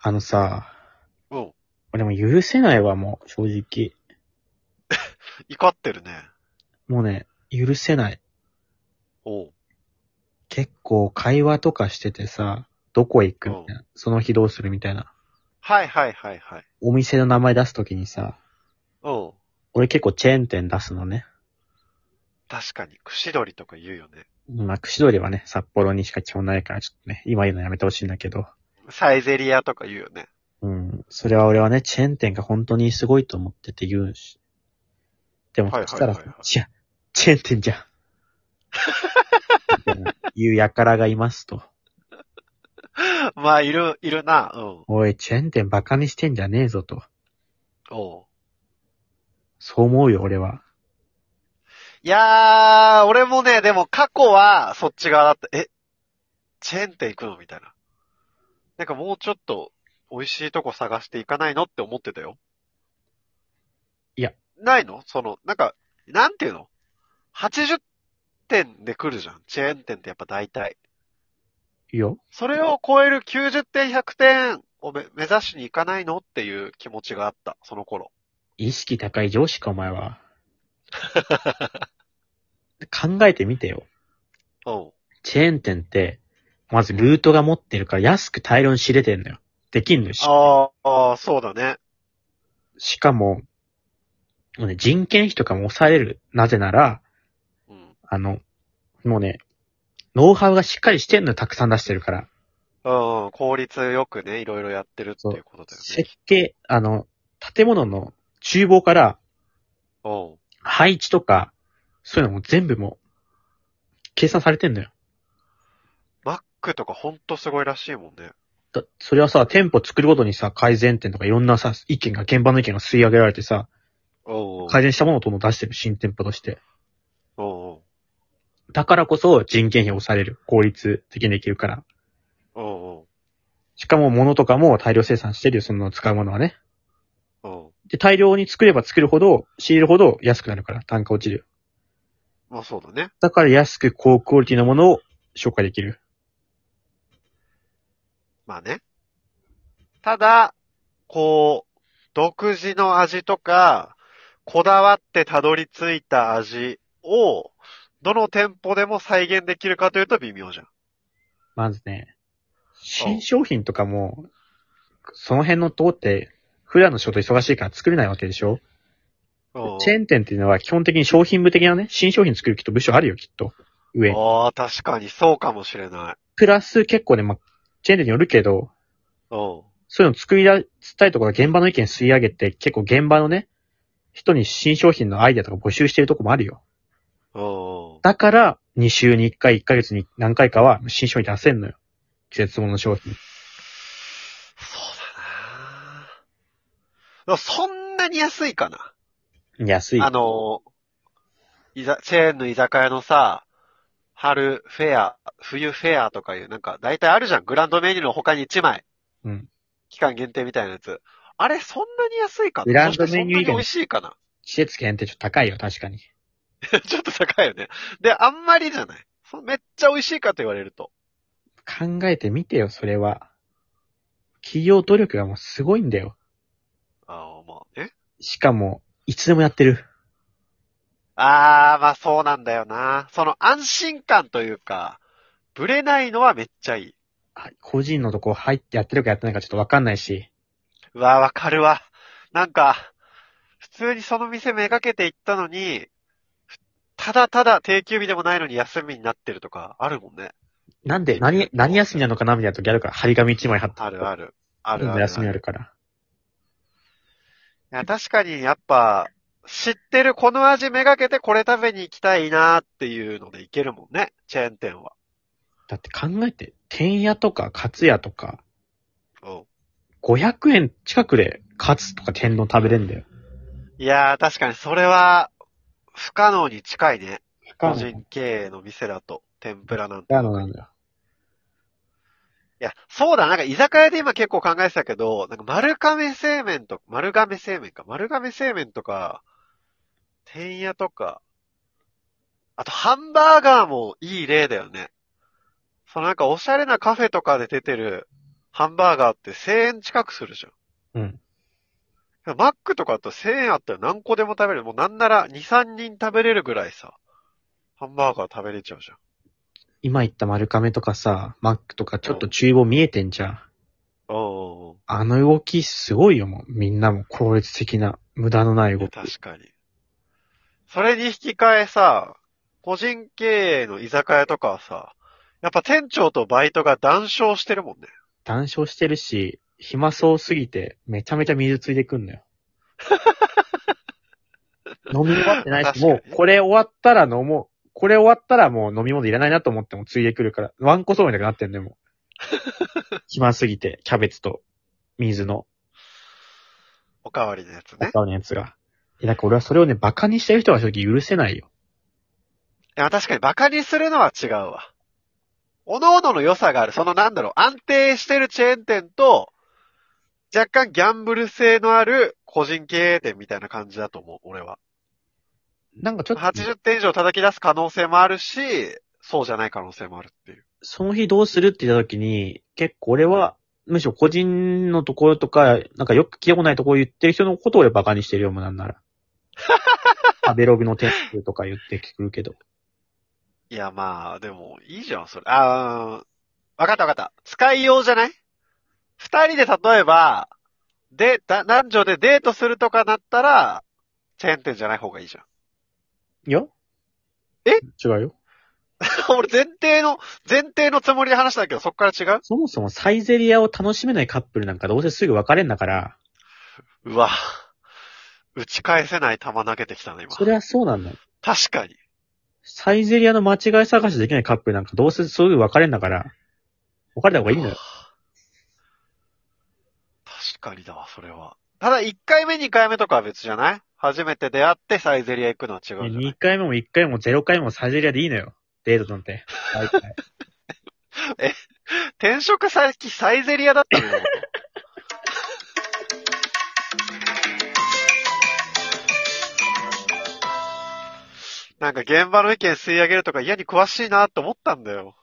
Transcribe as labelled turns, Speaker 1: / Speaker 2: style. Speaker 1: あのさ、
Speaker 2: おう、
Speaker 1: 俺もう許せないわ、もう、正直。
Speaker 2: 怒ってるね。
Speaker 1: もうね、許せない。
Speaker 2: おう、
Speaker 1: 結構会話とかしててさ、どこ行くみたいな。その日どうするみたいな。
Speaker 2: はいはいはいはい。
Speaker 1: お店の名前出すときにさ、
Speaker 2: おう、
Speaker 1: 俺結構チェーン店出すのね。
Speaker 2: 確かに、串取りとか言うよね。
Speaker 1: まあ、串取りはね、札幌にしか基本ないから、ちょっとね、今言うのやめてほしいんだけど。
Speaker 2: サイゼリアとか言うよね。
Speaker 1: うん。それは俺はね、チェーン店が本当にすごいと思ってて言うし。でも、そ
Speaker 2: はいはい
Speaker 1: した
Speaker 2: はいは
Speaker 1: ら
Speaker 2: い、
Speaker 1: じゃチェーン店じゃん。 みたいないうやからがいますと。
Speaker 2: まあ、いる、いるな。うん。
Speaker 1: おい、チェーン店バカにしてんじゃねえぞと。
Speaker 2: おう。
Speaker 1: そう思うよ、俺は。
Speaker 2: いやー、俺もね、でも過去はそっち側だった。え、チェーン店行くのみたいな。なんかもうちょっと美味しいとこ探していかないのって思ってたよ。
Speaker 1: いや。
Speaker 2: ないのその、なんか、なんていうの ?80 点で来るじゃん。チェーン店ってやっぱ大体。
Speaker 1: いいよ。
Speaker 2: それを超える90点、100点をめ目指しに行かないのっていう気持ちがあった、その頃。
Speaker 1: 意識高い上司か、お前は。考えてみてよ。
Speaker 2: うん。
Speaker 1: チェーン店って、まずルートが持ってるから安く大量に仕入れてんのよ。できんのよし。
Speaker 2: あーあー、そうだね。
Speaker 1: しかも、もうね、人件費とかも抑えれる。なぜなら、
Speaker 2: うん。
Speaker 1: あの、もうね、ノウハウがしっかりしてんのよたくさん出してるから。
Speaker 2: うん、効率よくね、いろいろやってるっていうことだよね
Speaker 1: 設。計、あの、建物の厨房から
Speaker 2: うん。
Speaker 1: 配置とか、そういうのも全部もう、計算されてんのよ。
Speaker 2: マックとかほんとすごいらしいもんね。
Speaker 1: だそれはさ、店舗作るごとにさ、改善点とかいろんなさ、意見が、現場の意見が吸い上げられてさ、
Speaker 2: うんうん。
Speaker 1: 改善したものをどんどん出してる、新店舗として。
Speaker 2: うんうん。
Speaker 1: だからこそ人件費を抑えれる。効率的にできるから。
Speaker 2: うんうん。
Speaker 1: しかも物とかも大量生産してるよ、その使うものはね。
Speaker 2: うん。
Speaker 1: で、大量に作れば作るほど、仕入れるほど安くなるから、単価落ちるよ。
Speaker 2: まあそうだね。
Speaker 1: だから安く高クオリティなものを紹介できる。
Speaker 2: まあね。ただ、こう、独自の味とか、こだわってたどり着いた味を、どの店舗でも再現できるかというと微妙じゃん。
Speaker 1: まずね、新商品とかも、その辺のとこって、普段の仕事忙しいから作れないわけでしょ
Speaker 2: うん
Speaker 1: チェーン店っていうのは基本的に商品部的なね、新商品作るきっと部署あるよ、きっと。上。
Speaker 2: ああ、確かにそうかもしれない。
Speaker 1: プラス結構ね、まあ、チェーン店によるけど、
Speaker 2: うん。
Speaker 1: そういうの作り出したいところ現場の意見吸い上げて、結構現場のね、人に新商品のアイデアとか募集してるとこもあるよ。
Speaker 2: うん。
Speaker 1: だから、2週に1回、1ヶ月に何回かは新商品出せんのよ。季節物の商品。
Speaker 2: そうだなそんなに安いかな
Speaker 1: 安い。
Speaker 2: あの、いざ、チェーンの居酒屋のさ、春フェア、冬フェアとかいう、なんか、大体あるじゃん。グランドメニューの他に1枚。
Speaker 1: うん。
Speaker 2: 期間限定みたいなやつ。あれ、そんなに安いかな
Speaker 1: グランドメニュー以外
Speaker 2: そしてそんなに美味しいかな
Speaker 1: 季節限定ちょっと高いよ、確かに。
Speaker 2: ちょっと高いよね。で、あんまりじゃない。そめっちゃ美味しいかと言われると。
Speaker 1: 考えてみてよ、それは。企業努力がもうすごいんだよ。
Speaker 2: ああ、まあね。
Speaker 1: しかも、いつでもやってる。
Speaker 2: ああ、まあそうなんだよな。その安心感というか、ブレないのはめっちゃいい。
Speaker 1: あ個人のとこ入ってやってるかやってないかちょっとわかんないし。
Speaker 2: うわ、わかるわ。なんか、普通にその店めがけて行ったのに、ただただ定休日でもないのに休みになってるとか、あるもんね。
Speaker 1: なんで、何、何休みなのかなみたいな時あるから、張り紙一枚貼って。
Speaker 2: あるある。あ
Speaker 1: あ
Speaker 2: るある。
Speaker 1: 休みあ
Speaker 2: る。
Speaker 1: るから。
Speaker 2: いや、確かにやっぱ、知ってるこの味めがけてこれ食べに行きたいなっていうので行けるもんね。チェーン店は。
Speaker 1: だって考えて、天屋とか、カツ屋とか、
Speaker 2: うん。
Speaker 1: 500円近くで、カツとか天丼食べれんだよ。
Speaker 2: いやー、確かにそれは、不可能に近いね。
Speaker 1: 不
Speaker 2: 個
Speaker 1: 可能。
Speaker 2: 人経営の店だと、天ぷらなんて
Speaker 1: 不可能なんだよ。
Speaker 2: いや、そうだ、なんか居酒屋で今結構考えてたけど、なんか丸亀製麺と、丸亀製麺か、丸亀製麺とか、天屋とか、あとハンバーガーもいい例だよね。そのなんかおしゃれなカフェとかで出てる、ハンバーガーって1000円近くするじゃん。
Speaker 1: うん。
Speaker 2: マックとかだと1000円あったら何個でも食べれる。もうなんなら2、3人食べれるぐらいさ、ハンバーガー食べれちゃうじゃん。
Speaker 1: 今言った丸亀とかさ、マックとかちょっと厨房見えてんじゃん。
Speaker 2: うんうん
Speaker 1: あの動きすごいよ、もう。みんなも効率的な、無駄のない
Speaker 2: うん。
Speaker 1: 動き。
Speaker 2: 確かに。それに引き換えさ、個人経営の居酒屋とかはさ、やっぱ店長とバイトが談笑してるもんね。
Speaker 1: 談笑してるし、暇そうすぎて、めちゃめちゃ水ついてくん のよ。飲み終わってないし、
Speaker 2: 確かに
Speaker 1: もう、これ終わったら飲もう。これ終わったらもう飲み物いらないなと思ってもついでくるから、ワンコそうめんなくなってんのよ、も う。暇すぎて、キャベツと水の
Speaker 2: おかわりのやつ
Speaker 1: お
Speaker 2: ね。
Speaker 1: かわりのやつが。いや、なんか俺はそれをね、馬鹿にしてる人が正直許せないよ。
Speaker 2: いや、確かに馬鹿にするのは違うわ。各々の良さがある。そのなんだろう、安定してるチェーン店と、若干ギャンブル性のある個人経営店みたいな感じだと思う、俺は。
Speaker 1: なんかちょっと、
Speaker 2: 80点以上叩き出す可能性もあるし、そうじゃない可能性もあるっていう。
Speaker 1: その日どうするって言った時に、結構俺は、むしろ個人のところとか、なんかよく聞いたことないところ言ってる人のことを俺バカにしてるよ、もうなんなら。食べログの点数とか言ってくるけど。
Speaker 2: いや、まあ、でも、いいじゃん、それ。あー、わかったわかった。使いようじゃない二人で例えば、で、だ、男女でデートするとかなったら、チェーン店じゃない方がいいじゃん。
Speaker 1: いや
Speaker 2: え
Speaker 1: 違うよ。
Speaker 2: 俺前提の、前提のつもりで話したけど、そっから違う
Speaker 1: そもそもサイゼリアを楽しめないカップルなんかどうせすぐ別れんだから、
Speaker 2: うわ。打ち返せない球投げてきたね、今。
Speaker 1: そりゃそうなんだよ。
Speaker 2: 確かに。
Speaker 1: サイゼリアの間違い探しできないカップルなんかどうせすぐ別れんだから、別れた方がいい んだよ。
Speaker 2: 確かにだわ、それは。ただ、1回目、2回目とかは別じゃない初めて出会ってサイゼリア行くのは違うじゃない
Speaker 1: 2回目も1回目も0回目もサイゼリアでいいのよ。デートなんて。大体
Speaker 2: 転職先サイゼリアだったのよ。なんか現場の意見吸い上げるとか嫌に詳しいなって思ったんだよ。